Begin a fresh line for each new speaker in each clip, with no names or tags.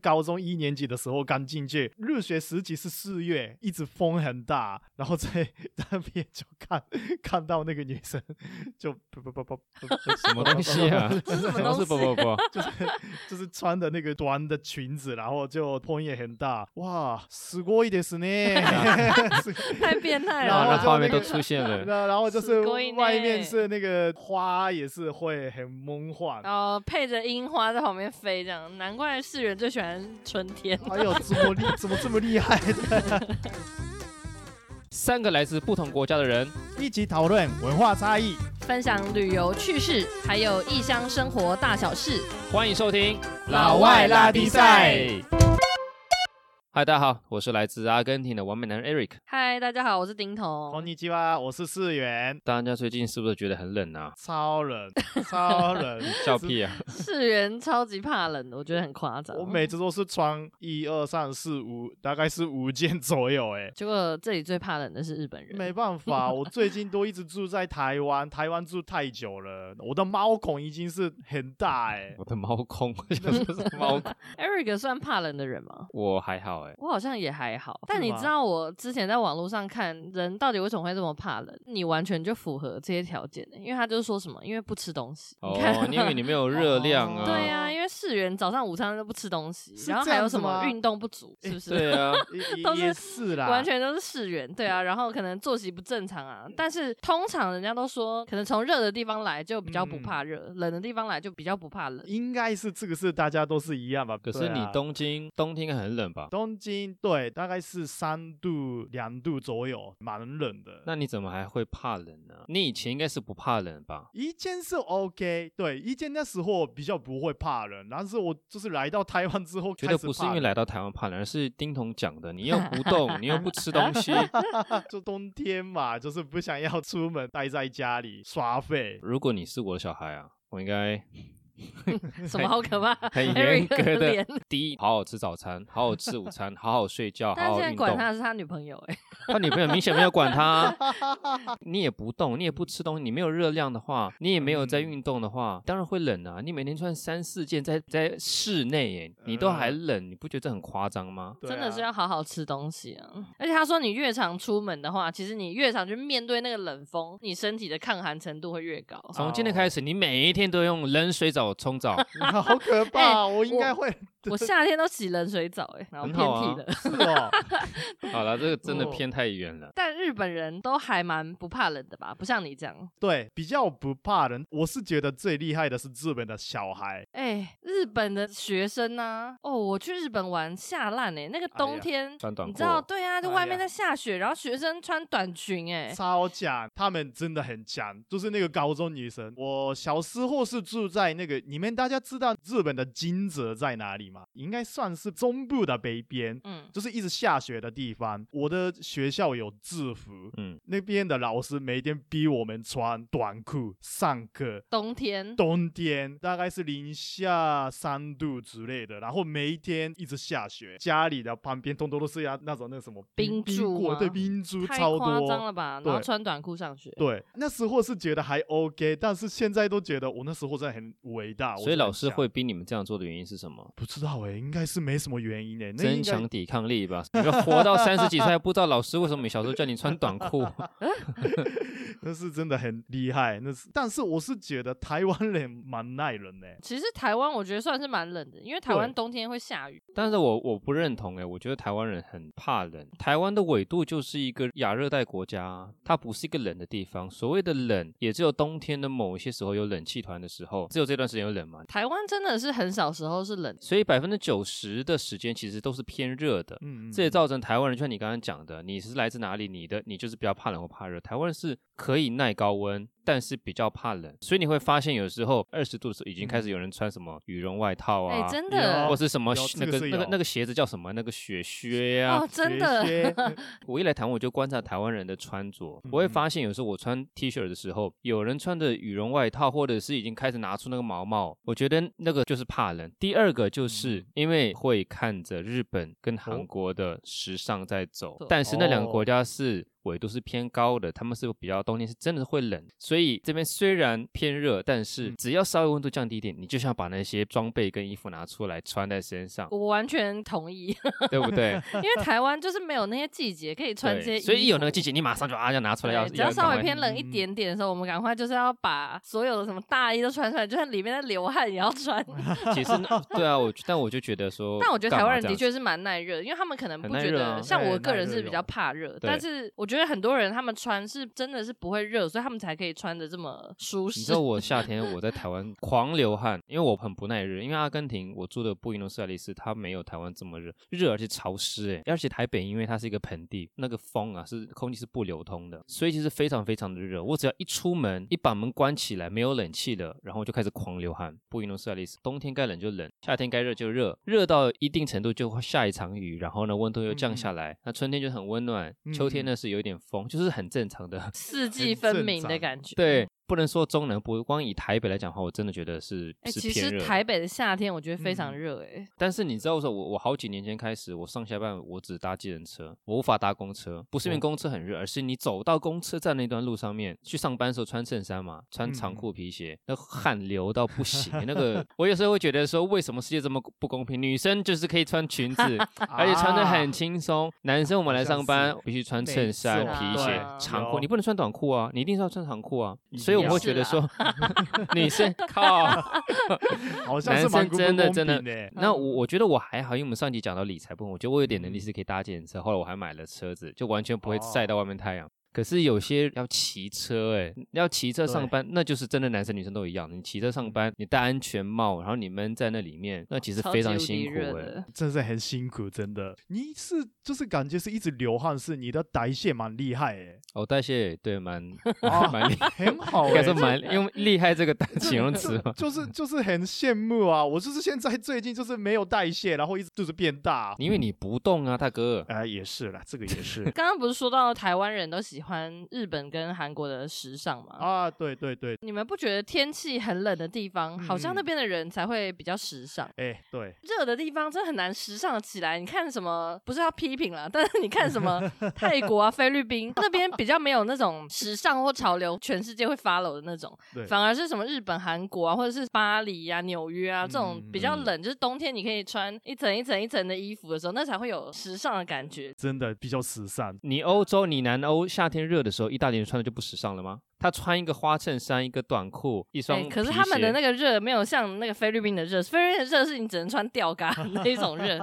高中一年级的时候刚进去，入学时期是四月，一直风很大，然后在在那边就看看到那个女生，就不不不不不
什么东西啊？
不不不不不
什么是不不不？
就是就是穿的那个短的裙子，然后就胸也很大，哇，すごいですね。
太变态
然后
那
了
就
吧。
画面
那
都
个
出 现了，
那然后就是
すごいね
外面是那个花，也是会很梦幻。
然后配着樱花在旁边飞，这样难怪世人最喜欢春天。
哎呦，怎么厉怎么这么厉害的？
三个来自不同国家的人，
一起讨论文化差异。
分享旅游趣事，还有异乡生活大小事。
欢迎收听《
老外拉
低
比
赛》。
嗨，大家好，我是来自阿根廷的完美男人 Eric。
嗨，大家好，我是丁彤
红。尼基哇，我是世元，
大家最近是不是觉得很冷啊？，
超人，超人
笑屁啊！
世人超级怕冷的，我觉得很夸张。
我每次都是穿一二三四五，大概是五件左右， 哎。
结果这里最怕冷的是日本人。
没办法，我最近都一直住在台湾，台湾住太久了，我的毛孔已经是很大哎、
我的猫 空，我想说是猫空。
Eric 算怕冷的人吗？
我还好哎、
我好像也还好，但你
吗
知道我之前在网络上看人到底为什么会这么怕冷，你完全就符合这些条件的，因为他就是说什么，因为不吃东西。你看
哦，因为你没有热量啊。
对啊，因为世人早上午餐都不吃东西，
是
然后
这
还
样
有
子
什么
吗
运动不足，是不是？
对啊，
也
都
也
是
也是啦，
完全都是世人，对啊，然后可能作息不正常啊，但是通常人家都说，可能从热的地方来就比较不怕热，冷的地方来就比较不怕冷。
应该是这个是大家都是一样吧。
可是
对啊
你东京、冬天很冷吧？
东京对，大概是三度两度左右，蛮冷的。
那你怎么还会怕冷呢、你以前应该是不怕冷吧？
一间是 OK，对，一间那时候比较不会怕人，但是我就是来到台湾之后
觉
开
得
始
不是
怕
因为
人，
来到台湾怕冷，而是丁彤讲的，你又不动，你又不吃东西。
就冬天嘛，就是不想要出门，待在家里刷 废。
如果你是我的小孩啊，我应该
什么好可怕
很严
？Eric
格
的
的
脸，
第一，好好吃早餐，好好吃午餐，好好睡觉，
但
好
是现
好
在
运
管
动。
他的是他女朋友、欸，
他女朋友明显没有管他，你也不动，你也不吃东西，你没有热量的话，你也没有在
嗯
运动的话，当然会冷啊。你每天穿三四件在在室内耶，你都还冷，你不觉得这很夸张吗？
对
真的
啊
是要好好吃东西啊！而且他说，你越常出门的话，其实你越常去面对那个冷风，你身体的抗寒程度会越高。
从今天开始，你每一天都用冷水澡冲澡，
好可
哎
怕，我应该
我
会
我夏天都洗冷水澡、欸，哎，然后
很
偏
好啊
体的。
是哦，
好了，这个真的
哦
偏太远了。
但日本人都还蛮不怕冷的吧？不像你这样。
对，比较不怕人。我是觉得最厉害的是日本的小孩，
哎、日本的学生呐、哦，我去日本玩吓烂哎，那个
呀
冬天，
穿短
你
裤哦
知，道，对啊，就
哎
外面
呀
在下雪，然后学生穿短裙哎、
超强，他们真的很强，就是那个高中女生。我小时候是住在那个，你们大家知道日本的金泽在哪里吗？应该算是中部的北边，
嗯，
就是一直下雪的地方。我的学校有制服，
嗯，
那边的老师每天逼我们穿短裤上课。
冬天，
冬天大概是零下三度之类的，然后每一天一直下雪，家里的旁边通通都是要那种那什么
冰柱
棍
吗
对，冰柱
太
超
夸
多，
张了吧？然后
对
穿短裤上学，
对，那时候是觉得还 OK，但是现在都觉得我那时候真的很伟大。我
所以
真的
老
很
师
强
会逼你们这样做的原因是什么？
不知道哎、应该是没什么原因哎、那
增
应该
强抵抗力吧！你们活到三十几岁还不知道老师为什么小时候叫你穿短裤，
那是真的很厉害。那是，但是我是觉得台湾人蛮耐人的、欸，
其实台湾我觉得算是蛮冷的，因为台湾
对
冬天会下雨。
但是我我不认同哎、我觉得台湾人很怕冷。台湾的纬度就是一个亚热带国家啊，它不是一个冷的地方。所谓的冷，也只有冬天的某一些时候有冷气团的时候，只有这段时间有冷嘛。
台湾真的是很少时候是冷的，
所以百分之九十的时间其实都是偏热的。
嗯，
这也
嗯
造成台湾人，就像你刚刚讲的，你是来自哪里，你的你就是比较怕冷或怕热。台湾人是可以耐高温，但是比较怕冷，所以你会发现有时候二十度的时候已经
嗯
开始有人穿什么羽绒外套啊，
哎、真的
或是什么
哦有
靴
这
那
个
个
是
那个
有
那个鞋子叫什么？那个雪靴呀、
哦，真的，
学学
我一来台湾，我就观察台湾人的穿着，
嗯
我会发现有时候我穿 T 恤的时候，有人穿着羽绒外套，或者是已经开始拿出那个毛毛，我觉得那个就是怕冷。第二个
嗯
就是因为会看着日本跟韩国的时尚在走
哦，
但是那两个国家是纬度是偏高的，他们是比较冬天是真的会冷，所以这边虽然偏热，但是
嗯
只要稍微温度降低一点，你就想把那些装备跟衣服拿出来穿在身上，
我完全同意，
对不对？
因为台湾就是没有那些季节可以穿这些
对，
衣服，
所以一有那个季节，你马上就啊要拿出来要，
对只要
赶
稍微
快嗯
偏冷一点点的时候，我们赶快就是要把所有的什么大衣都穿出来，就算里面在流汗也要 穿。
其实那对啊，我但我就觉得说，
但我觉得
干
台
嘛
湾人
这
的
样
确是蛮耐热，因为他们可能
很
不
耐
觉
热
得，
啊
像我
对
个
耐
人
热
是比
有
较怕热，
对
但是我觉得很多人他们穿是真的是不会热，所以他们才可以穿的这么舒
你
适
知道。我夏天我在台湾狂流汗，因为我很不耐热，因为阿根廷我住的布宜诺斯艾利斯，它没有台湾这么热，热而且潮湿欸诶、而且台北因为它是一个盆地，那个风啊是空气是不流通的，所以其实非常非常的热。我只要一出门，一把门关起来，没有冷气了，然后就开始狂流汗。布宜诺斯艾利斯冬天该冷就冷，夏天该热就热，热到一定程度就会下一场雨，然后呢温度又降下来，那春天就很温暖，秋天呢是有一点风，就是很正常的。
四季
很
分
正
明的
常
感觉，
对，不能说中南部，光以台北来讲的话，我真的觉得是
哎、
是
其
偏
实
热的。
台北的夏天我觉得非常
嗯
热、哎、
但是你知道说，我我好几年前开始，我上下班我只搭计程车，我无法搭公车，不是因为
哦
公车很热，而是你走到公车站那段路上面去上班的时候穿衬衫嘛，穿长
嗯
裤皮鞋，那汗流到不行。欸那 个我有时候会觉得说，为什么世界这么不公平？女生就是可以穿裙子，而且穿的
啊
很轻松，男生我们来
好像
上
啊
班
是
必须穿
没
衬衫、
错
皮
对啊
鞋、长裤，
有
你不能穿短裤啊，你一定是要穿长裤啊。
一
所以我
定
们会
要
觉得
是啊
说， 女生靠。
好像
男
是蛮
生
不
真的
公
真的
平欸
那
嗯
我我觉得我还好，因为我们上集讲到理财部分，我觉得我有点能力是可以搭计程车，后来我还买了车子，就完全不会
哦
晒到外面太
嗯
阳。可是有些要骑车、欸，要骑车上
对
班，那就是真的男生女生都一样。你骑车上
嗯
班，你戴安全帽，然后你闷在那里面，那其实
超
非
级
常
无
辛
敌
苦、
热
欸。
的。
真是很辛苦，真的。你是就是感觉是一直流汗，是你的代谢蛮厉害诶、
哦，代谢对蛮
哦
蛮厉，
很好、欸，
应该说蛮用厉害这个 单形容词哦嘛。
就是就是很羡慕啊！我就是现在最近就是没有代谢，然后一直肚子变大。
因为你不动啊，大哥。
呃，也是啦，这个也是
刚刚不是说到台湾人都喜欢日本跟韩国的时尚吗？
啊，对对对，
你们不觉得天气很冷的地方，好像
嗯
那边的人才会比较时尚？
哎对，
热的地方真的很难时尚起来。你看什么？不是要批评啦，但是你看 什么泰国啊、菲律宾那边比较没有那种时尚或潮流，全世界会 follow 的那种
对，
反而是什么日本、韩国啊，或者是巴黎啊、纽约啊这种比较
嗯
冷，就是冬天你可以穿一层一层一层的衣服的时候，那才会有时尚的感觉。
真的比较时尚。
你欧洲，你南欧夏天热的时候，意大利人穿的就不时尚了吗？他穿一个花衬衫，一个短裤，一双
对，
皮鞋、
哎可是他们的那个热没有像那个菲律宾的热，菲律宾的热是你只能穿吊嘎那一种热，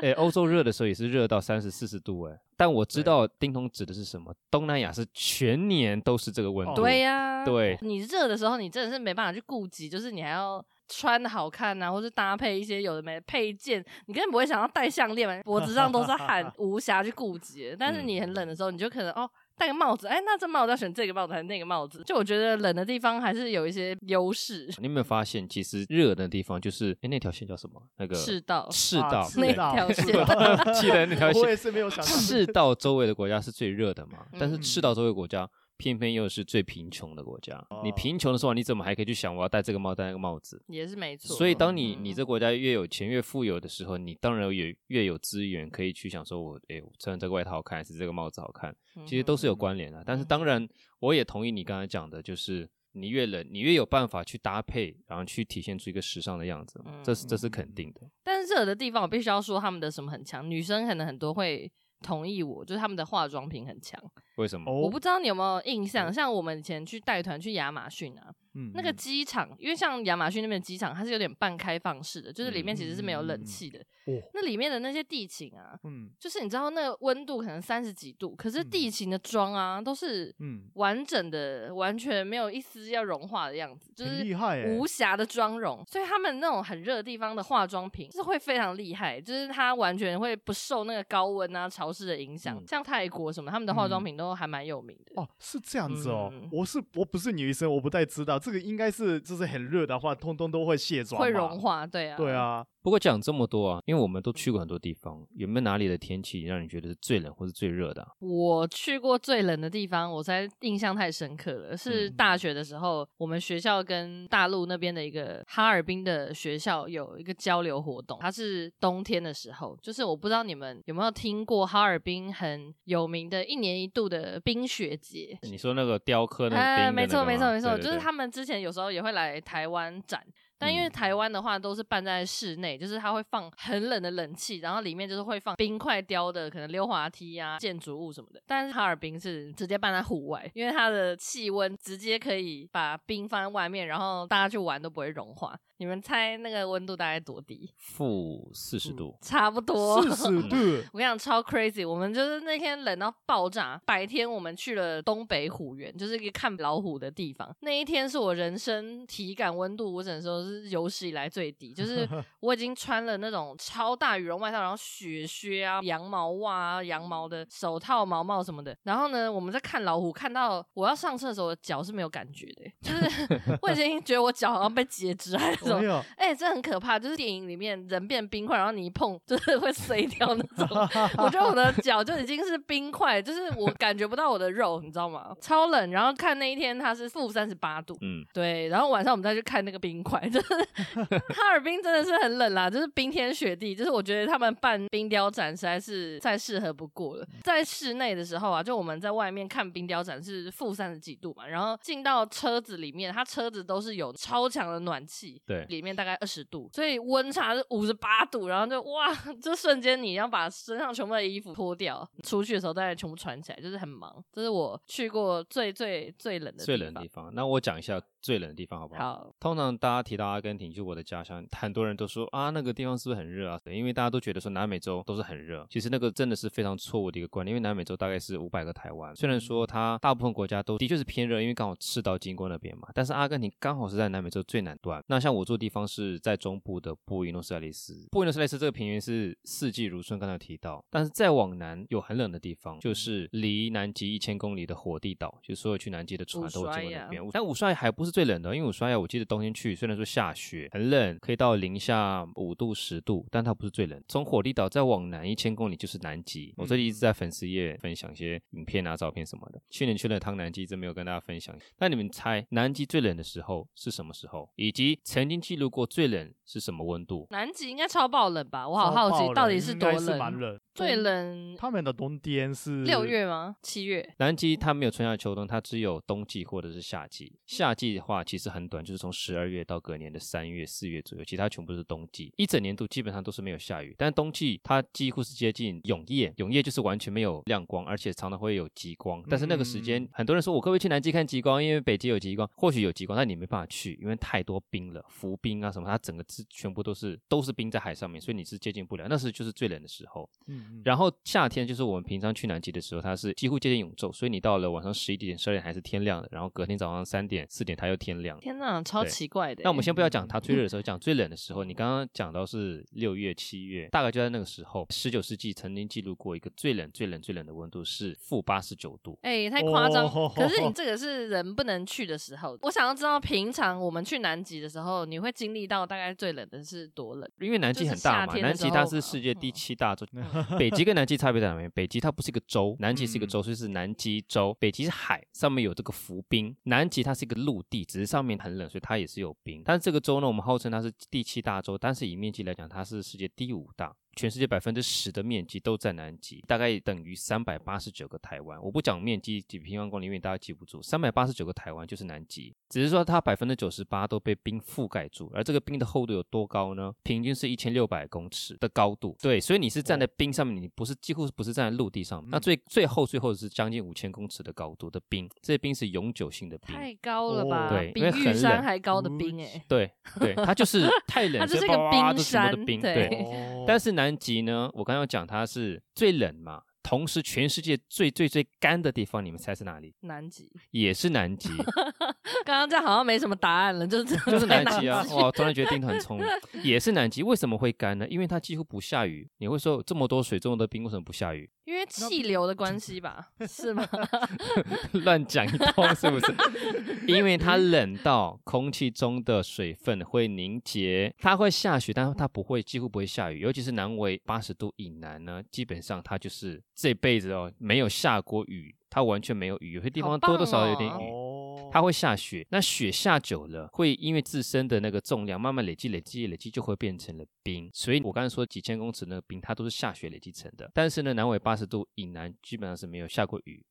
诶，哎欧洲热的时候也是热到三十四十度诶。但我知道丁彤指的是什么，东南亚是全年都是这个温度。
哦
对呀、
对
你热的时候，你真的是没办法去顾及，就是你还要穿的好看啊，或是搭配一些有的没的配件，你根本不会想要戴项链嘛，脖子上都 是汗，无暇去顾及。但是你很
嗯
冷的时候，你就可能哦。戴个帽子，哎，那这帽子要选这个帽子还是那个帽子？就我觉得冷的地方还是有一些优势，
你有没有发现，其实热的地方就是诶，那条线叫什么？那个
赤道
赤道，
啊
那
赤道
条线
记得那条
我
线。
也是没有想到，
赤道周围的国家是最热的嘛，但是
嗯
赤道周围的国家偏偏又是最贫穷的国家。你贫穷的时候，你怎么还可以去想我要戴这个帽戴那个帽子？
也是没错。
所以，当你你
嗯
这国家越有钱越富有的时候，你当然有越有资源可以去想说我，诶我穿这个外套好看，还是这个帽子好看，其实
嗯
都是有关联的。但是，当然我也同意你刚才讲的，就是你越冷，你越有办法去搭配，然后去体现出一个时尚的样子嘛，这是这是肯定的。
但是热的地方，我必须要说他们的什么很强。女生可能很多会同意我，就是他们的化妆品很强。
为什么？
哦
我不知道你有没有印象，像我们以前去带团去亚马逊啊，
嗯
那个
嗯
机场，因为像亚马逊那边的机场，它是有点半开放式的，就是里面其实是没有冷气
嗯
的。
嗯嗯嗯哦
那里面的那些地勤啊，
嗯
就是你知道那个温度可能三十几度，可是
嗯
地勤的妆啊都是
嗯，
完整的，完全没有一丝要融化的样子，就
很
是
厉害诶、
无瑕的妆容，所以他们那种很热的地方的化妆品就是会非常厉害，就是它完全会不受那个高温啊、潮湿的影响。
嗯
像泰国什么，他们的化妆品都还蛮有名的。
嗯哦，是这样子哦，
嗯
我是我不是女生，我不太知道这个应该是就是很热的话，通通都会卸妆，
会融，化，对啊，
对，啊，
不过讲这么多啊，因为我们都去过很多地方，有没有哪里的天气让你觉得是最冷或是最热的啊、
我去过最冷的地方，我才印象太深刻了。是
嗯
大学的时候，我们学校跟大陆那边的一个哈尔滨的学校有一个交流活动，它是冬天的时候，就是我不知道你们有没有听过哈尔滨很有名的一年一度的冰雪节。
你说那个雕刻那个
哎，
冰的
没错
那个
没
吗
错没错，
对对
就是
对
他们之前有时候也会来台湾展，但因为
嗯
台湾的话都是办在室内，就是它会放很冷的冷气，然后里面就是会放冰块雕的，可能溜滑梯啊、建筑物什么的。但是哈尔滨是直接办在户外，因为它的气温直接可以把冰放在外面，然后大家去玩都不会融化。你们猜那个温度大概多低？
负四
嗯
十度，
差不多
四十度，
我跟你讲，超 crazy！我们就是那天冷到爆炸。白天我们去了东北虎园，就是一个看老虎的地方。那一天是我人生体感温度，我只能说是有史以来最低。就是我已经穿了那种超大羽绒外套，然后雪靴啊、羊毛袜啊、羊毛的手套、毛帽什么的。然后呢，我们在看老虎，看到我要上厕所，我的脚是没有感觉的、欸就是 我已经觉得我脚好像被截肢还是什么
没。有，
哎、这很可怕，就是电影里面人变冰块，然后你一碰就是 会碎掉那种。我觉得我的脚就已经是冰块，就是我感觉不到我的肉，你知道吗？超冷。然后看那一天它是负三十八度，
嗯，
对。然后晚上我们再去看那个冰块，就是 哈尔滨真的是很冷啦，就是冰天雪地。就是我觉得他们办冰雕展实在是再适合不过了。在室内的时候啊，就我们在外面看冰雕展是负三十几度嘛，然后进到车子里面，它车子都是有超强的暖气，
对
里面大概二十度，所以温差是五十八度，然后就哇，这瞬间你要把身上全部的衣服脱掉，出去的时候再全部穿起来，就是很忙。这是我去过最最最冷的
最
地
冷的
方
地方。那我讲一下最冷的地方好不好？
好，
通常大家提到阿根廷，就我的家乡，很多人都说啊，那个地方是不是很热啊？因为大家都觉得说南美洲都是很热，其实那个真的是非常错误的一个观念，因为南美洲大概是五百个台湾，虽然
嗯
说它大部分国家都的确是偏热，因为刚好赤道经过那边嘛，但是阿根廷刚好是在南美洲最南端。那像我住的地方是在中部的布宜诺斯艾利斯，布宜诺斯艾利斯这个平原是四季如春，刚才有提到，但是再往南有很冷的地方，
嗯
就是离南极一千公里的火地岛，就所有去南极的船都会经
五
过
十
那
啊垓
边。但五十垓还不是最冷的，因为五十垓我记得冬天去，虽然说下雪很冷，可以到零下五度十度，但它不是最冷。从火地岛再往南一千公里就是南极。我最近一直在粉丝页分享一些影片啊、照片什么的。去年去了趟南极，真没有跟大家分享。那你们猜南极最冷的时候是什么时候？以及曾经记录过最冷是什么温度？
南极应该超爆冷吧？我好
超
好
爆
奇
冷
到底是
应
多
该
冷，
是蛮冷。
最冷
他们的冬天是
六月吗？七月？
南极它没有春夏秋冬，它只有冬季或者是夏季。夏季的话其实很短，就是从十二月到隔年的三月、四月左右，其他全部是冬季。一整年度基本上都是没有下雨，但冬季它几乎是接近永夜，永夜就是完全没有亮光，而且常常会有极光。但是那个时间
嗯，
很多人说我可不可以去南极看极光？因为北极有极光，或许有极光，但你没办法去，因为太多冰了，浮冰啊什么，它整个是全部都是都是冰在海上面，所以你是接近不了。那时就是最冷的时候。
嗯，嗯
然后夏天就是我们平常去南极的时候，它是几乎接近永昼，所以你到了晚上十一点、十二点还是天亮的，然后隔天早上三点、四点它又天亮。
天哪，超
对
奇怪的欸。
那我们先不要讲它最热的时候，讲最冷的时候。你刚刚讲到是六月、七月，大概就在那个时候，十九世纪曾经记录过一个最冷、最冷、最冷的温度是负八十九度。
哎、太夸张！
哦
可是你这个是人不能去的时候。我想要知道，平常我们去南极的时候，你会经历到大概最冷的是多冷？
因为南极
就是
很大
夏
嘛，
天的
南
时
极它
候
是
嘛
世界第
嗯
七大 洲，北极跟南极差别在哪边？北极它不是一个洲，南极是一个
嗯
洲，所以是南极洲。北极是海，上面有这个浮冰；南极它是一个陆地，只是上面很冷，所以它也是有冰。但是这个洲呢，我们号称它是第七大洲，但是以面积来讲，它是世界第五大。全世界百分之十的面积都在南极，大概等于三百八十九个台湾。我不讲面积几平方公里，因为大家记不住，三百八十九个台湾就是南极。只是说它百分之九十八都被冰覆盖住，而这个冰的厚度有多高呢？平均是一千六百公尺的高度。对，所以你是站在冰上面，你不是几乎不是站在陆地上面。那
嗯
最最厚最厚的是将近五千公尺的高度的冰，这些冰是永久性的冰。
太高了吧？
哦
对
比
因为
玉
很
山
冷
还高的
嗯
冰哎、
对对，它就是 太冷，
它就
所
是
以
一个
哇哇哇
冰
都全部
山
的冰。
对
对，
哦
但是南极呢，我刚刚有讲它是最冷嘛，同时全世界最最最干的地方，你们猜是哪里？
南极。
也是南 极。
刚刚这样好像没什么答案了，就是
就是
在
南极啊！哇，突然 觉得丁头很聪明，也是南极。为什么会干呢？因为它几乎不下雨。你会说这么多水，这么多冰，为什么不下雨？
因为气流 的关系吧，是吗？
乱讲一通是不 是？因为它冷到空气中的水分会凝结，它会下雪，但是它不会，几乎不会下雨。尤其是南纬八十度以南呢，基本上它就是这辈子哦没有下过雨，它完全没有雨。有些地
好
方多多
棒
少少有点
哦
雨，
哦，
它会下雪，那雪下久了，会因为自身的那个重量慢慢累积、累积、累积，就会变成了冰。所以我刚才说几千公尺那个冰，它都是下雪累积成的。但是呢，南纬八十度以南基本上是没有下过雨。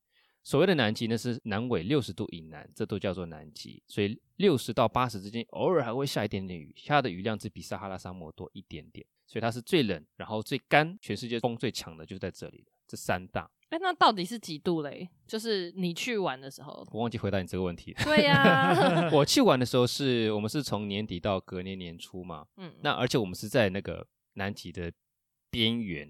所谓的南极呢是南纬六十度以南，这都叫做南极。所以六十到八十之间，偶尔还会下一点点雨，下的雨量只比撒哈拉沙漠多一点点。所以它是最冷，然后最干，全世界风最强的就是在这里了。这三大，，
哎，那到底是几度嘞？就是你去玩的时候
我忘记回答你这个问题。
对呀，
我去玩的时候是我们是从年底到隔年年初嘛，
嗯，
那而且我们是在那个南极的边缘，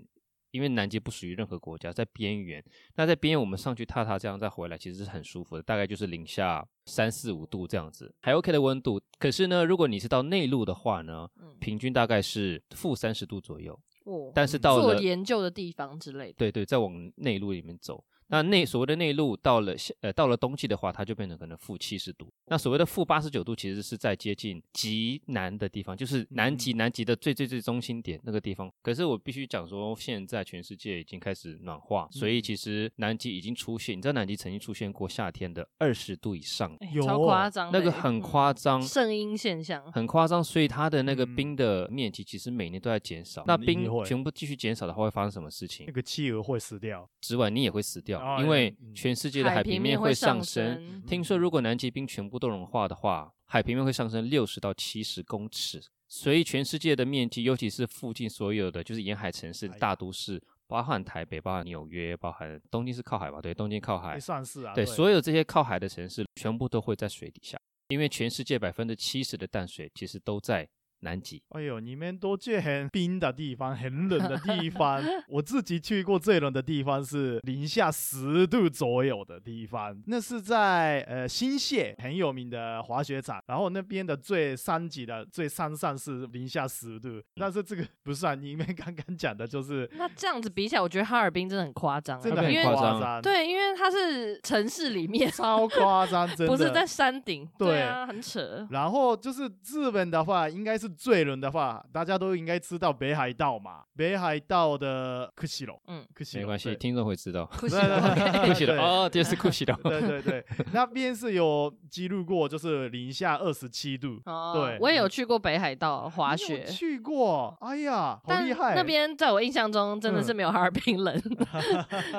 因为南极不属于任何国家，在边缘。那在边缘，我们上去踏踏这样再回来，其实是很舒服的，大概就是零下三四五度这样子，还 OK 的温度。可是呢，如果你是到内陆的话呢，
嗯
平均大概是负三十度左右。
哦
但是到
做
了
研究的地方之类的，
对对，再往内陆里面走。那内所谓的内陆到了夏呃到了冬季的话，它就变成可能负七十度。那所谓的负八十九度，其实是在接近极南的地方，就是南
嗯
极南极的最最最中心点那个地方。可是我必须讲说，现在全世界已经开始暖化，所
嗯
以其实南极已经出现，你知道南极曾经出现过夏天的二十度以上，
哎
有
超
哦
夸张的
那
欸，
个很
嗯
夸张。
圣婴现象，
很夸张，所以它的那个
嗯
冰的面积其实每年都在减少。那
嗯一定
冰
会
全部继续减少的话，会发生什么事情
那？个企鹅会死掉，
之外，你也会死掉，
哦
因
也
为
嗯
全世界的
海
海
平
平
面
面
会
会上
上
升。
升
听说如果南极冰全部都融化的话，海平面会上升六十到七十公尺，所以全世界的面积，尤其是附近所有的就是沿海城市、
哎呀
大都市，包含台北、包含纽约、包含东京是靠海吧？对，东京靠海
也，算是啊。
哎对，
对，
所有这些靠海的城市，全部都会在水底下，因为全世界百分之七十的淡水其实都在南极。
哎呦，你们都去很冰的地方，很冷的地方。 我自己去过最冷的地方是零下十度左右的地方，那是在呃新泻很有名的滑雪场，然后那边的最山脊的最山上是零下十度。
嗯
但是这个不是啊，你们刚刚讲的就是
嗯
那这样子比起来，我觉得哈尔滨真的很夸张欸，
真的
那
很
因
夸
为
张
张，，
对，因为它是城市里面，
超夸张，真的
不是在山顶，对
对
啊，很扯。
然后就是日本的话，应该是最冷的话，大家都应该知道北海道嘛。北海道的库西罗，
嗯，
库西
没
罗
关系，，听众会知 道。
不
对对对对
酷喜的
对
哦，就是酷喜的。
对对对，那边是有记录过，就是零下二十七度。
哦，
对
我也有去过北海道滑
你有
雪。
去过，哎呀，好
但
厉害！欸
那边在我印象中真的是
嗯
没有哈尔滨冷，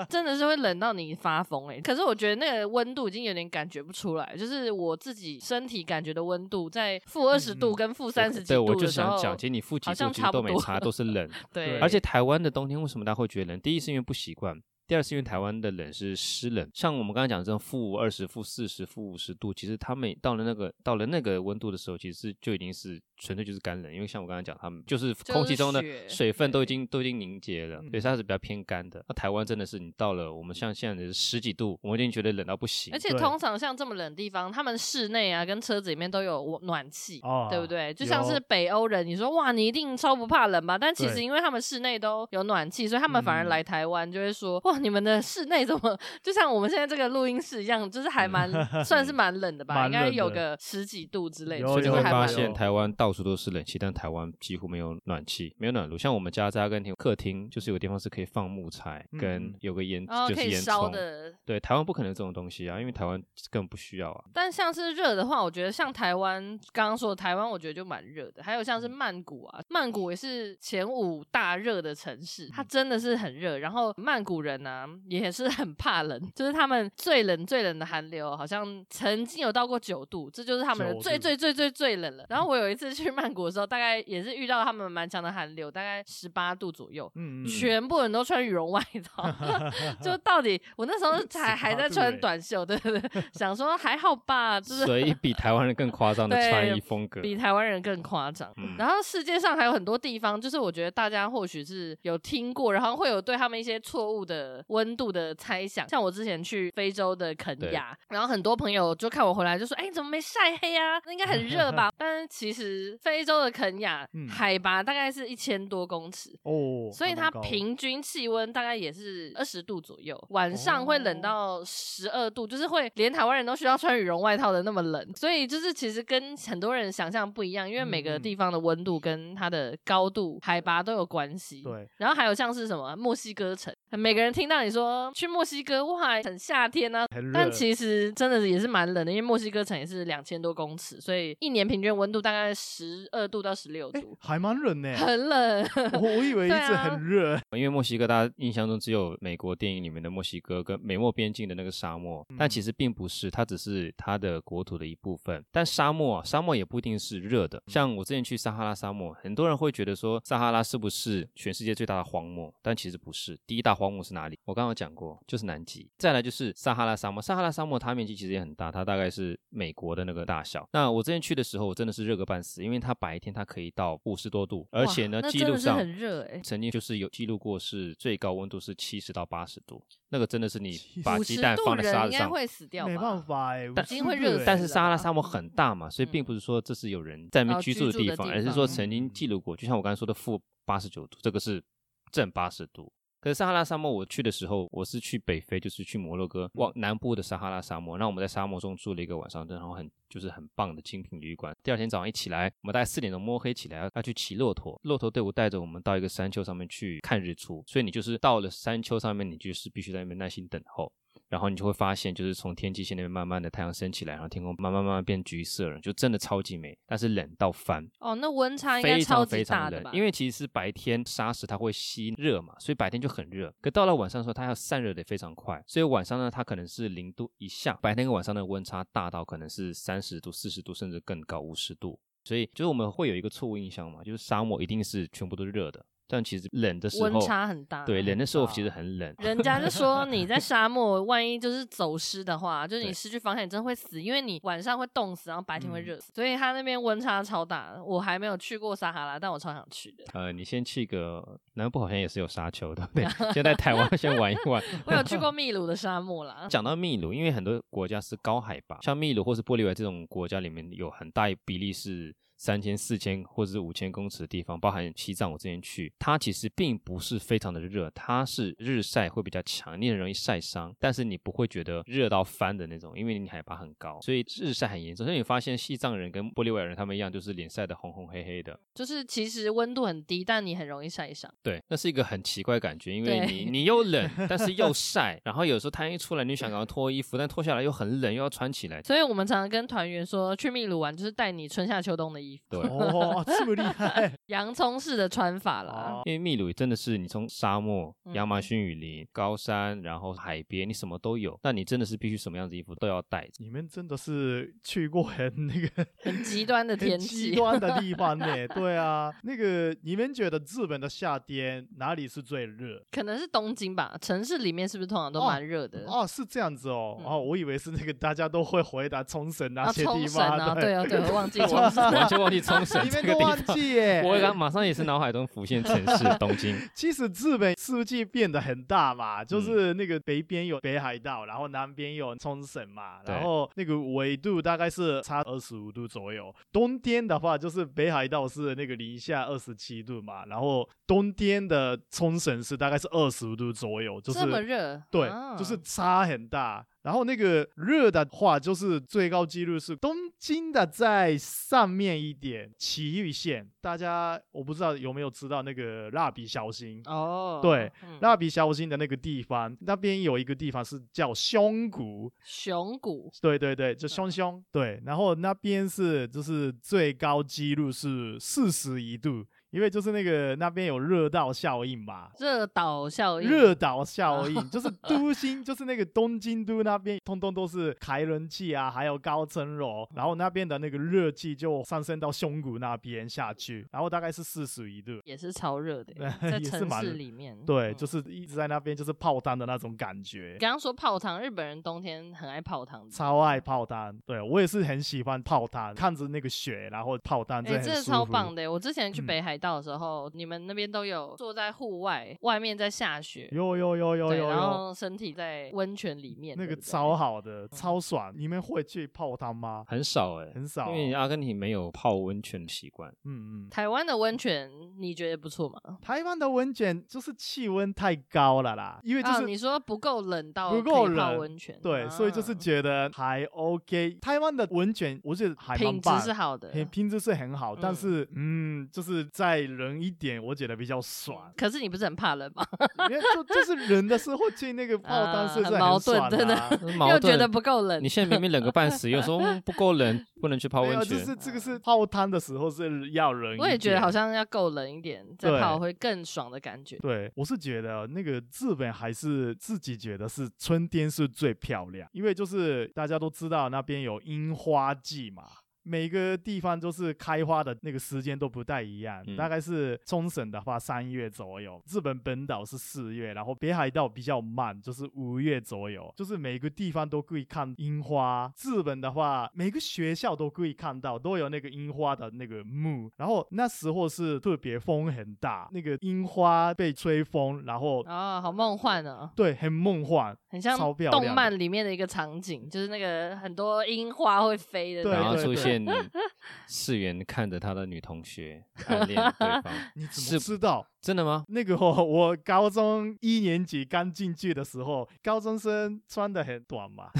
真的是会冷到你发疯哎、可是我觉得那个温度已经有点感觉不出来，就是我自己身体感觉的温度在负二十
嗯
度跟负三十几
对，
度
我就
的时
想
候，
讲，其实你负几
好像
度其
差
实都
不
没
多
差，都 是冷。
对，
而且台湾的冬天为什么大家会觉得冷？第一是因为不习惯，第二是因为台湾的冷是湿冷。像我们刚刚讲这种负二十、负四十、负五十度，其实他们到了那个到了那个温度的时候，其实就已经是纯粹就是干冷，因为像我刚刚讲，他们就是空气中的
雪
水分都已
对
经都已经凝结了，
嗯
所以它是比较偏干的。那台湾真的是你到了我们像现在的十几度，我们已经觉得冷到不行
而。且
对
通常像这么冷的地方，他们室内啊跟车子里面都有暖气，
哦
对不对？就像是
有
北欧人，你说哇，你一定超不怕冷吧？但其实
对
因为他们室内都有暖气，所以他们反而
嗯
来台湾就会说、哇，你们的室内怎么就像我们现在这个录音室一样，就是还蛮算是蛮冷的吧？
蛮
应该
冷
有
的
个十几度之类的，
有
所
就
以
是
你
有
会
还蛮
发
有
现
冷。
台湾到处都是冷气，但台湾几乎没有暖气，没有暖炉。像我们家在阿根廷客厅，就是有地方是可以放木材，
嗯
跟
嗯
有个烟、
哦，
就
可
是
以
烟
烧
囱。
的，
对，台湾不可能有这种东西啊，因为台湾根本不需要啊。
但像是热的话，我觉得像台湾刚刚说的台湾，我觉得就蛮热的。还有像是曼谷啊，曼谷也是前五大热的城市，它真的是很热。然后曼谷人呢、啊、也是很怕冷，就是他们最冷最冷的寒流，好像曾经有到过九度，这就是他们的
9
最
度
最最最最冷了。然后我有一次去曼谷的时候，大概也是遇到他们蛮强的寒流，大概十八度左右。
嗯，嗯，嗯
全部人都穿羽绒外套， 就到底我那时候才
18
还在
度
穿
欸
短袖，对对对，想说还好吧，就是
所以比台湾人更夸张的
对
穿衣风格。
比台湾人更夸张。
嗯
然后世界上还有很多地方，就是我觉得大家或许是有听过，然后会有对他们一些错误的温度的猜想。像我之前去非洲的肯亚，然后很多朋友就看我回来就说：“哎，你怎么没晒黑啊？那应该很热吧？” 但是其实非洲的肯亚、
嗯
海拔大概是一千多公尺，
哦，
所以
还
它
蛮高
平均气温大概也是二十度左右，晚上会
哦
冷到十二度，就是会连台湾人都需要穿羽绒外套的那么冷。所以就是其实跟很多人想象不一样，因为每
嗯
个
嗯
地方的温度跟它的高度、海拔都有关系。。
对，
然后还有像是什么墨西哥城，每个人听到你说去墨西哥哇，很夏天啊，
很热。
但其实真的也是蛮冷的，因为墨西哥城也是两千多公尺，所以一年平均温度大概十二度到十六
哎
度，，
还蛮冷呢、
很冷。
我我以为一
对
直
啊
很热。
因为墨西哥大家印象中只有美国电影里面的墨西哥跟美墨边境的那个沙漠，但
嗯
其实并不是，它只是它的国土的一部分。但沙漠啊，沙漠也不一定是热
嗯
的。像我之前去撒哈拉沙漠，很多人会觉得说撒哈拉是不是全世界最大的荒漠？但其实不是，第一大荒漠是哪里？我刚刚有讲过，就是南极。再来就是撒哈拉沙漠，撒哈拉沙漠它面积其实也很大，它大概是美国的那个大小。那我之前去的时候，我真的是热个半死，因为它白天它可以到五十多度，而
哇
且呢，
那
记
真
录
的是
上
很热哎、
曾经就是有记录过是最高温度是七十到八十度，那个真的是你
70
把
五
鸡
十
蛋
度
放在沙
人
子
应该
上。
会死掉吧？
没办法哎、
但
五十
因为
度
热
哎
但是
死
撒哈拉
了
沙漠很大嘛，所以并
嗯
不是说这是有人在那边
哦
居
居
住的
住
地
的
方，
地
而是说
方
曾经记录过，就像我刚才说的负八十九度，这个是正八十度。可是撒哈拉沙漠，我去的时候，我是去北非，就是去摩洛哥往南部的撒哈拉沙漠。那我们在沙漠中住了一个晚上，然后很就是很棒的精品旅馆。第二天早上一起来，我们大概四点钟摸黑起来，要去骑骆驼。骆驼队伍带着我们到一个山丘上面去看日出，所以你就是到了山丘上面，你就是必须在那边耐心等候。然后你就会发现，就是从天际线那边慢慢的太阳升起来，然后天空慢慢慢慢变橘色了，就真的超级美，但是冷到翻，
哦，那温差应该
非
超
常
级
非
大
常
的
冷
吧？。
因为其实白天沙石它会吸热嘛，所以白天就很热，可到了晚上的时候，它要散热的非常快，所以晚上呢，它可能是零度以下，白天跟晚上的温差大到可能是三十度、四十度，甚至更高五十度。所以就是我们会有一个错误印象嘛，就是沙漠一定是全部都是热的，但其实冷的时候
温差啊很大
对， 冷的时候其实
大
很冷，
人家就说你在沙漠，万一就是走失的话，就是你
对
失去方向，你真的会死，因为你晚上会冻死，然后白天
嗯
会热死，所以它那边温差超大的。我还没有去过撒哈拉，但我超想去的。
呃，你先去个南部好像也是有沙丘，对不对？先在台湾先玩一玩。
我有去过秘鲁的沙漠啦，
讲到秘鲁，因为很多国家是高海拔，像秘鲁或是玻利维这种国家里面有很大一比例是三千、四千或者是五千公尺的地方，包含西藏，我之前去，它其实并不是非常的热，它是日晒会比较强，你很容易晒伤，但是你不会觉得热到翻的那种，因为你海拔很高，所以日晒很严重。所以你发现西藏人跟玻利维亚人他们一样，就是脸晒得红红黑黑的。
就是其实温度很低，但你很容易晒伤。
对，那是一个很奇怪的感觉，因为
对
你你又 冷，但是又晒，然后有时候太阳一出来，你就想赶快脱衣服，但脱下来又很冷，又要穿起来。
所以我们常常跟团员说，去秘鲁玩就是带你春夏秋冬的衣服，
对，
哦，这么厉害
洋葱式的穿法啦。
哦！
因为秘鲁真的是你从沙漠、
嗯
亚马逊雨林、高山，然后海边，你什么都有。那你真的是必须什么样子衣服都要带。
你们真的是去过很 那个
很极端的
很
天
极
气，
端的地方呢、对啊，那个你们觉得日本的夏天哪里是最热？
可能是东京吧，城市里面是不是通常都蛮热的？
哦，是这样子哦，
嗯
哦，我以为是那个大家都会回答冲绳那
啊，
些地
冲绳
方，
啊，对
对
啊，对，我忘 记冲绳。
完 全忘记冲绳
你
这
们
个
都
地
忘
方，
记耶。
我刚马上也是脑海中浮现城 市东京。
其实日本世界变得很大嘛，
嗯
就是那个北边有北海道，然后南边有冲绳嘛，
对
然后那个纬度大概是差二十五度左右。冬天的话，就是北海道是那个零下二十七度嘛，然后冬天的冲绳是大概是二十五度左右，就是
这么热，
对，
啊
就是差很大。然后那个热的话，就是最高纪录是东京的在上面一点，埼玉县。大家我不知道有没有知道那个蜡笔小新，
哦，
对
嗯，
蜡笔小新的那个地方，那边有一个地方是叫胸谷，
熊谷
对对对，就胸胸，对。然后那边是就是最高纪录是四十一度，因为就是那个那边有热到效应嘛，
热岛效应，
热岛效 应，就是都心， 就是那个东京都那边，通通都是开人气啊，还有高层楼，然后那边的那个热气就上升到胸骨那边下去，然后大概是四十一度。
也是超 热的，在
也是
城
蛮
市
热
里面，
对，
嗯
就是一直在那边就是泡汤的那种感觉
你，刚刚说泡汤，日本人冬天很爱泡汤，
超爱。泡汤。对我也是很喜欢泡汤，看着那个雪，然后泡汤，
哎、
很
这
舒服。
超棒的！我之前去
嗯
北海道的时候，你们那边都有坐在户外，外面在下雪，
有有有有
对，
有
然
有，
后身体在温泉里面，
那个
对不对
超好的，超爽。你们会去泡汤吗？
很少哎、
很少
因为阿根廷没有泡温泉的习 惯。
嗯嗯。
台湾的温泉你觉得不错吗？
台湾的温泉就是气温太高了啦，因为就
啊，
是、
你说不够冷到
不够
可以泡
冷
温泉，
对，所以就是
啊
觉得还 OK。台湾的温泉我觉得还蛮
品质
棒
是好的，
品品质是很好，但
嗯。
是嗯，就是在带人一点，我觉得比较爽
可是你不是很怕冷吗？
因为就 就是人的时候去那个泡汤是不是
啊很矛盾
爽
真的
啊？
矛
又觉得
盾。
不够冷
你，现在明明冷个半死，又说嗯不够冷，不能去泡
没有，
温
就
泉。
是这个是泡汤的时候是要人一点。
我也觉得好像要够冷一点，再
对
泡会更爽的感觉。
对，我是觉得那个日本还是自己觉得是春天是最漂亮，因为就是大家都知道那边有樱花季嘛。每个地方就是开花的那个时间都不太一样，
嗯
大概是冲绳的话三月左右，日本本岛是四月，然后北海道比较慢，就是五月左右。就是每个地方都可以看樱花。日本的话，每个学校都可以看到，都有那个樱花的那个幕。然后那时候是特别风很大，那个樱花被吹风，然后
哦，好梦幻哦，
对，很梦幻。
很像
超漂亮的
动漫里面的一个场景，就是那个很多樱花会飞的那
对
然
种。
后
对
出
对
现 世元看着他的女同学暗恋对方，
你怎
是
么知道？
真的吗？
那个哦、我高中一年级刚进去的时候，高中生穿的很短嘛，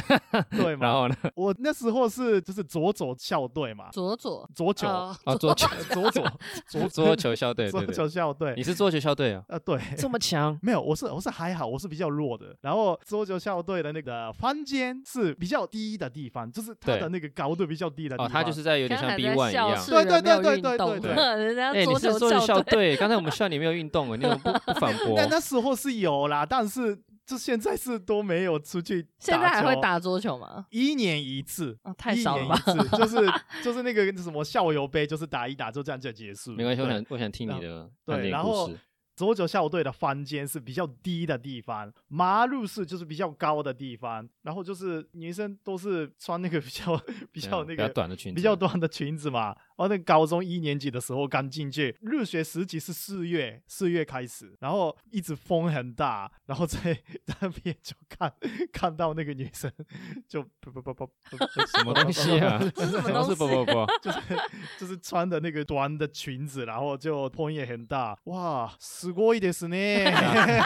对
然
嘛？
后呢？
我那时候是就是左左校队嘛，
左左
左九、
哦
啊，桌球，
左左左
桌球校队，对
左
对，
九校队
你，是桌球校队啊？
啊对，
这么 强？
没有，我是我是还好，我是比较弱的。然后桌球校队的那个房间是比较低的地方，就是它
对
的那个高度比较低的地
哦，
方。
他就是在有点
刚
像
才
B
在
one 一
笑
样。
世人没
对
有
对
运
对对对
动
对
人家
哎，你
桌
是
球
桌球
校
校 队？刚才我们校你没有运动，你怎么不不反驳 哦
那？那时候是有啦，但是就现在是都没有出去打球。
现在还会？打桌球 吗？
一年一次。
啊，太少了吧！
一年一次， 就是就是那个什么校友杯，就是打一打就这样就结束。
没关系，我
对
想我想听你的
对
暗恋
然
故
后
事。
左九校队的房间是比较低的地方，马路是就是比较高的地方，然后就是女生都是穿那个比较 比
怎
较
样
那
比较
个
短的裙子，
比较短的裙子嘛。然后那高中一年级的时候刚进去，入学时期是四月，四月开始，然后一直风很大，然后在那边就看看到那个女生就不不不不不
什么东西 啊？
这是什么
都是不
东
不
西
不，
就是 就是穿的那个短的裙子，然后就风也很大，哇，すごいですね。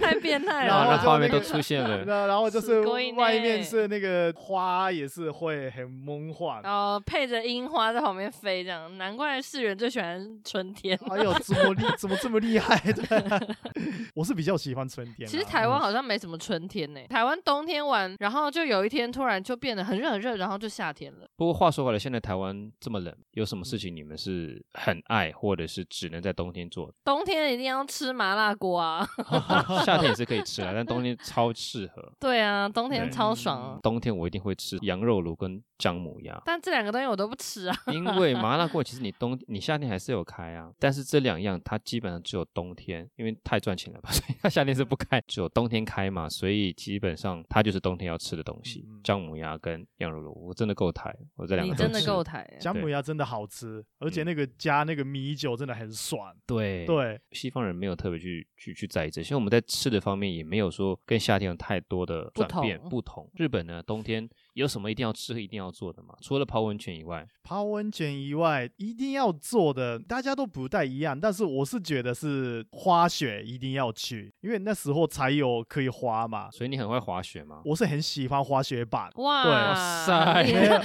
太变态
哎然后
了
那
就
画
吧。
面
那
都
个
出现了。
那然后就是是
ごいね
外面是那个花，也是会很梦幻。
然后配着樱花在旁边飞，这样难怪世人最喜欢春天。
哎呦，怎么厉怎么这么厉害？对啊、 我是比较喜欢春天啊。
其实台湾好像没什么春天呢、台湾冬天完，然后就有一天突然就变得很热很热，然后就夏天了。
不过话说回来，现在台湾这么冷，有什么事情你们是很爱，或者是只能在冬天做的？
冬天一定要吃麻辣锅啊！
夏天也是可以吃啊，但冬天超适合。
对啊，
嗯
冬天
对
超爽啊！，
冬天我一定会吃羊肉炉跟姜母鸭
但这两个东西我都不吃啊。
因为麻辣锅其实你冬你夏天还是有开啊，但是这两样它基本上只有冬天，因为太赚钱了吧，所以它夏天是不开，只有冬天开嘛，所以基本上它就是冬天要吃的东西
嗯嗯，
姜母鸭跟羊肉炉，我真的够抬，我这两
你
个
真的
都吃
够台、欸，
姜母鸭真的好吃，而且那个加那个米酒真的很爽。
对。
对，
西方人没有特别去去去在意这些，我们在吃的方面也没有说跟夏天有太多的
不
转变
同
不同。日本呢，冬天有什么一定要吃、一定要做的吗？除了泡温泉以外，
泡温泉以外，一定要做的，大家都不太一样，但是我是觉得是滑雪一定要去，因为那时候才有可以滑嘛。
所以你很会滑雪吗？
我是很喜欢滑雪板，对
哇
哇塞
你
没有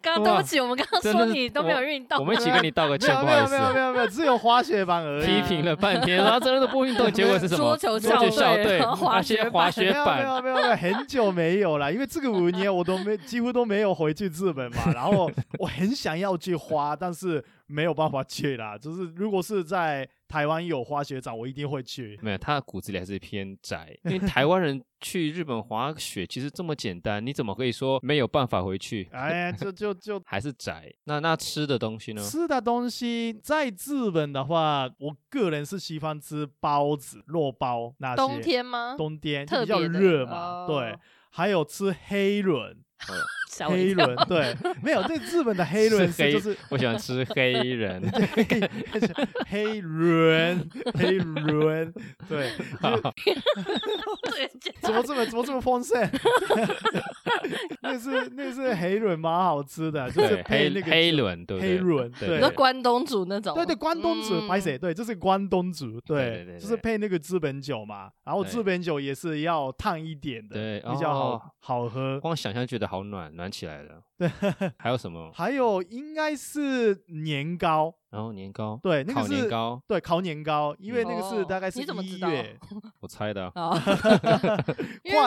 刚刚对不起，我们刚刚
真
说
的是
你都没有运动，
我们一起跟你道 个
没
歉，
有
不
没
好意
有没有没
思，
有没有，只有滑雪板而已。
批评了半天，然后真的都不 运动，结果是什么？
桌球校
校
队
队，
然后滑
那
雪
些
板
滑雪
没
板，
有没有没有没有，很久没有了，因为这个五年我都没几乎都没有回去日本嘛，然后我很想要去花，但是没有办法去啦。就是如果是在台湾有滑雪场，我一定会去。
没有，他的骨子里还是偏宅，因为台湾人去日本滑雪其实这么简单，你怎么可以说没有办法回去？
哎呀，就就就
还是宅？那那吃的东西呢？
吃的东西，在日本的话，我个人是喜欢吃包子、肉包那些。
冬天吗？
冬天就
特
比较
别的
热嘛，
哦
对。还有吃黑轮，
吓我一
黑
跳
轮对，没有对日本的黑 轮
吃黑
是就是
我喜欢吃 黑人，
黑轮，黑轮， 对，
对
怎么这么怎么这么丰 盛？ 那是那是黑轮蛮好吃的，就是
对
配
黑
那个
黑
酒
轮，对不
黑
对？
轮，
你
对
说关东煮那种，
对对，关东煮，白
哦嗯
水，对，这是关东煮，
对对对
就是
对
配那个资本酒嘛，然后
对
资本酒也是要烫一点的，
对
比较
哦
好好喝。
光想象觉得好暖，暖起来了。
对，
还有什么？
还有应该是年糕，
然后年糕，
对那个
烤年
是
糕，
对，烤年糕，因为那个是
哦
大概是
你怎么
一
知道
月，
我猜的啊、
哦，
跨
因为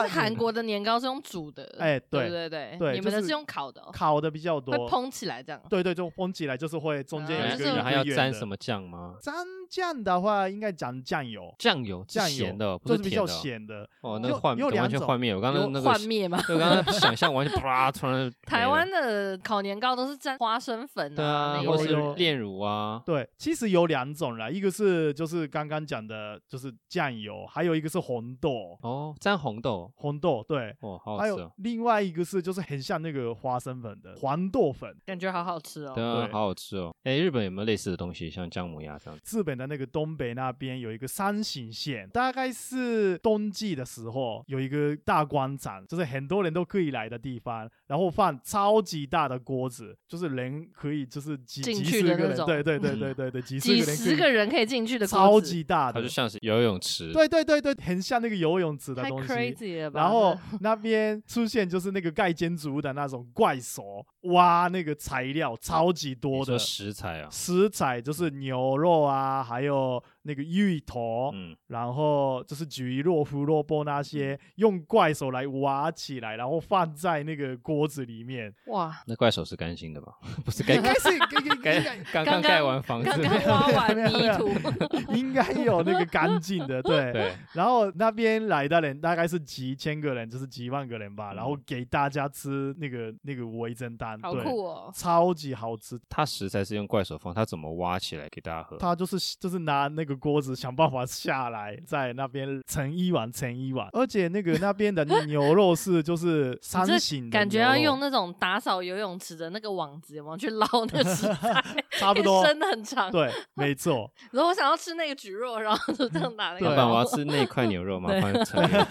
年
是韩国的年糕是用煮的，
哎对
对对对
对
你
就
们的
是
是用烤的哦，
烤的比较
会
多。
蓬起来这样。
对对，就封起来就是会中间
啊
有一
然
个
后
就是
然后要沾什
么？
么酱吗？
沾酱的话，应该沾酱油，
酱油，是
酱油
咸的，不
就是是比
甜
较
的哦。
咸的。
哦，那
有
个幻
有
完
两
全
种
幻灭，我刚刚那
有
个
幻灭吗？
对，我刚刚想象完全啪，突然 没
台
了
湾的烤年糕都是沾花生粉
对啊，
那
有
或
个
是
有
炼乳啊，
对，其实有两种啦，一个是就是刚刚讲的，就是酱油，还有一个是红豆，
哦，沾红豆，
红豆对，
哦，好好
还
吃
有
哦，
另外一个是就是很像那个花生粉的黄豆粉，
感觉好好吃
对
哦。
啊，
对
好好吃哦。哎，日本有没有类似的东西，像姜母鸭这样？
日本的那个东北那边有一个山形县，大概是冬季的时候有一个大广场，就是很多人都可以来的地方，然后放超级大的锅子，就是人可以就是几
进
几
去
十个
的那
人，
种嗯
对对对对对对，几十个
几
人可
十
以
个人可以进去的锅
超
子
级大
它
的
就，像是游泳池，
对对对对，很像那个游泳池的
太
东西。
crazy 了吧？
然后那边出现就是那个盖建筑物的那种怪手，挖那个材料超级
你
多
说
的，
食材啊，
食材就是牛肉啊，还有那个芋
哦
头，
嗯，
然后就是菊络、胡萝卜那些，用怪手来挖起来，然后放在那个锅子里面。
这哇，
那怪手是干净的吧？ 不是
应该
该
是应该应
该刚刚
刚刚
盖完房子
刚，刚 挖完
没有没
泥
有
土，
该应该有那个干净的，对。
对，
然后那边来的人大概是几千个人，就是几万个人吧，
嗯
然后给大家吃那个那个味噌蛋，
好
对，
酷哦！
超级好吃。
它食材是用怪手放，它怎么挖起来给大家喝？
他就是就是拿那个锅子想办法下来，在那边盛一碗盛一碗，而且那个那边的牛肉是就是三
这
型的，
感觉要用，那种打扫游泳池的那个网子，有没有去捞那食材？
差不 多，
伸的很长。
对，没 错，
然后我想要吃那个菊肉，然后就这样拿那
对
老板，
个刀，
我要吃那块牛肉，麻
哦 对
烦盛一碗。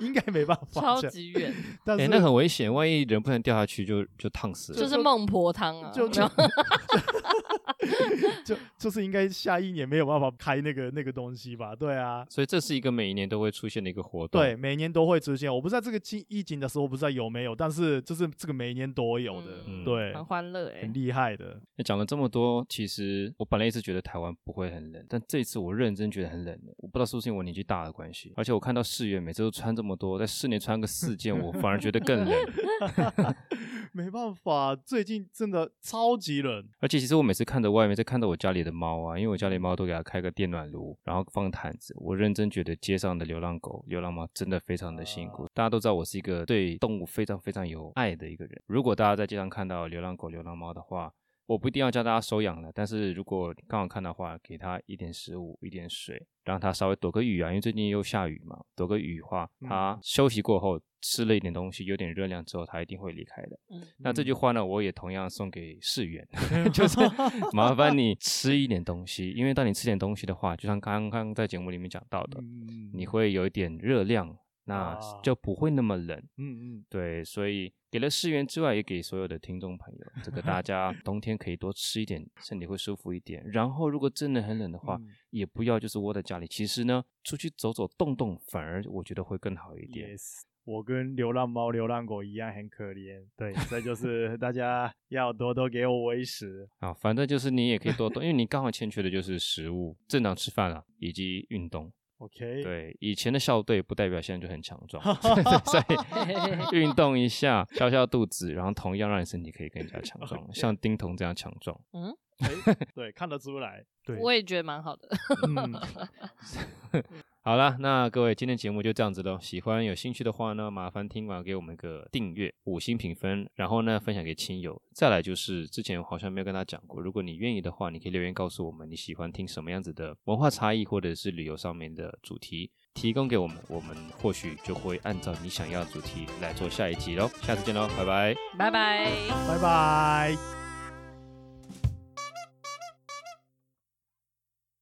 应该没办法
超
这样，
级远，
但
哎，
是
那很危险，万一人不能掉下去，就就烫死
就
了。
是孟婆汤啊，
就
有没有
就就 就是应该下一年没有办法开那个那个东西吧？对啊，
所以这是一个每一年都会出现的一个活动。
对，，每年都会出现。我不知道这个疫疫情的时候，不知道有没有，但是就是这个每年都有的，
嗯
对，
蛮欢乐哎
很。厉害的。
那讲了这么多，其实我本来一直觉得台湾不会很冷，但这一次我认真觉得很冷了。我不知道是不是因为我年纪大的关系，而且我看到世元每次都穿这么多，在室内穿个四件，我反而觉得更冷。
没办法，最近真的超级冷，
而且其实我每次看着外面，再看到我家里的猫啊，因为我家里猫都给它开个电暖炉，然后放毯子。我认真觉得街上的流浪狗、流浪猫真的非常的辛苦。大家都知道我是一个对动物非常非常有爱的一个人。如果大家在街上看到流浪狗、流浪猫的话，我不一定要叫大家收养了，但是如果刚好看到的话，给它一点食物、一点水，让它稍微躲个雨啊，因为最近又下雨嘛，躲个雨的话，它休息过后吃了一点东西，有点热量之后，它一定会离开的。那这句话呢，我也同样送给世元， 就是麻烦你吃一点东西，因为当你吃点东西的话，就像刚刚在节目里面讲到的，
嗯
你会有一点热量，那
啊
就不会那么冷。
嗯嗯，
对，所以给了世元之外，也给所有的听众 朋友，这个大家冬天可以多吃一点，身体会舒服一点。然后，如果真的很冷的话，
嗯
也不要就是窝在家里。其实呢，出去走走动动，反而我觉得会更好一点。
yes。我跟流浪猫、流浪狗一样很可怜，对，这就是大 家要多多给我喂食。
啊，反正就是你也可以多动，因为你刚好欠缺的就是食物、正常吃饭啊，以及运动。
OK，，
对，以前的校队不代表现在就很强壮，所以运动一下，消消肚子，然后同样让你身体可以更加强壮，像丁彤这样强壮。
对，看得出来，对，
我也觉得蛮好的，
嗯，
好啦，那各位今天节目就这样子喽。喜欢有兴趣的话呢，麻烦听完给我们个订阅、五星评分，然后呢分享给亲友。再来就是之前我好像没有跟大家讲过，如果你愿意的话，你可以留言告诉我们你喜欢听什么样子的文化差异或者是旅游上面的主题，提供给我们，我们或许就会按照你想要的主题来做下一集喽。下次见喽，拜拜。
拜拜。
拜拜。